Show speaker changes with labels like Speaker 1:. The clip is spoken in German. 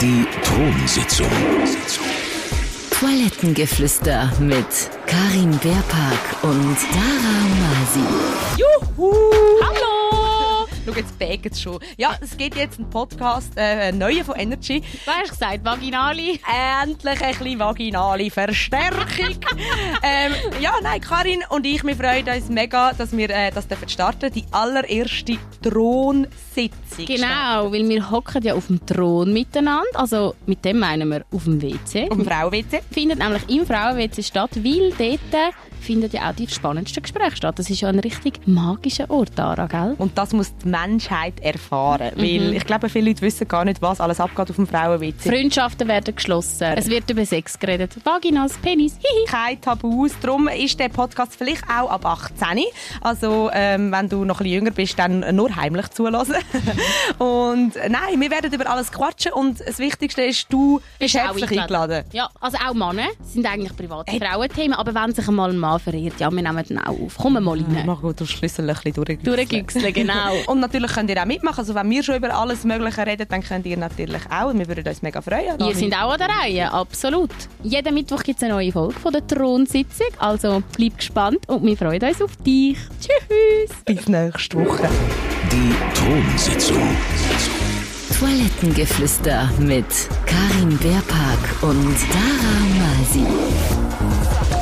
Speaker 1: Die Thronsitzung.
Speaker 2: Toilettengeflüster mit Karin Beerpark und Dara
Speaker 3: Juhu! Hallo! Schau, jetzt fegt es schon. Ja, es gibt jetzt einen Podcast, äh, einen neuen von Energy.
Speaker 4: Du hast gesagt, Vaginali.
Speaker 3: Endlich ein bisschen vaginale Verstärkung. ähm, ja, nein, Karin und ich, wir freuen uns mega, dass wir äh, das dürfen starten Die allererste Thronsitzung.
Speaker 4: Genau, weil wir hocken ja auf dem Thron miteinander. Also mit dem meinen wir auf dem WC.
Speaker 3: Um Frauenwitze.
Speaker 4: Findet nämlich im Frauen-WC statt, weil dort findet ja auch die spannendsten Gespräche statt. Das ist ja ein richtig magischer Ort, Dara, gell?
Speaker 3: Und das muss die Menschheit erfahren.
Speaker 4: Mhm.
Speaker 3: Weil ich glaube, viele Leute wissen gar nicht, was alles abgeht auf dem Frauenwitz.
Speaker 4: Freundschaften werden geschlossen. Es wird über Sex geredet. Vaginas, Penis, hihi.
Speaker 3: kein Tabus. Darum ist der Podcast vielleicht auch ab 18. Also, ähm, wenn du noch ein bisschen jünger bist, dann nur heimlich zulassen. und äh, nein, wir werden über alles quatschen. Und das Wichtigste ist, du bist herzlich eingeladen.
Speaker 4: Ja, also auch Männer sind eigentlich private Frauenthemen, aber wenn sich einmal ein Mann verirrt, ja, wir nehmen den auch auf. Kommen mal rein.
Speaker 3: Mach gut, du Schlüssel ein bisschen durchgüchseln.
Speaker 4: Durchgüchseln, genau.
Speaker 3: Und natürlich könnt ihr auch mitmachen. Also, wenn wir schon über alles Mögliche reden, dann könnt ihr natürlich auch. Und wir würden uns mega freuen.
Speaker 4: Ihr seid auch an der Reihe, absolut. Jeden Mittwoch gibt es eine neue Folge von der Thronsitzung. Also bleib gespannt und wir freuen uns auf dich. Tschüss!
Speaker 3: bis nächste Woche.
Speaker 1: Die Thronsitzung.
Speaker 2: Masi. Toilettengeflüster mit Karin Beerpark und Dara Masi.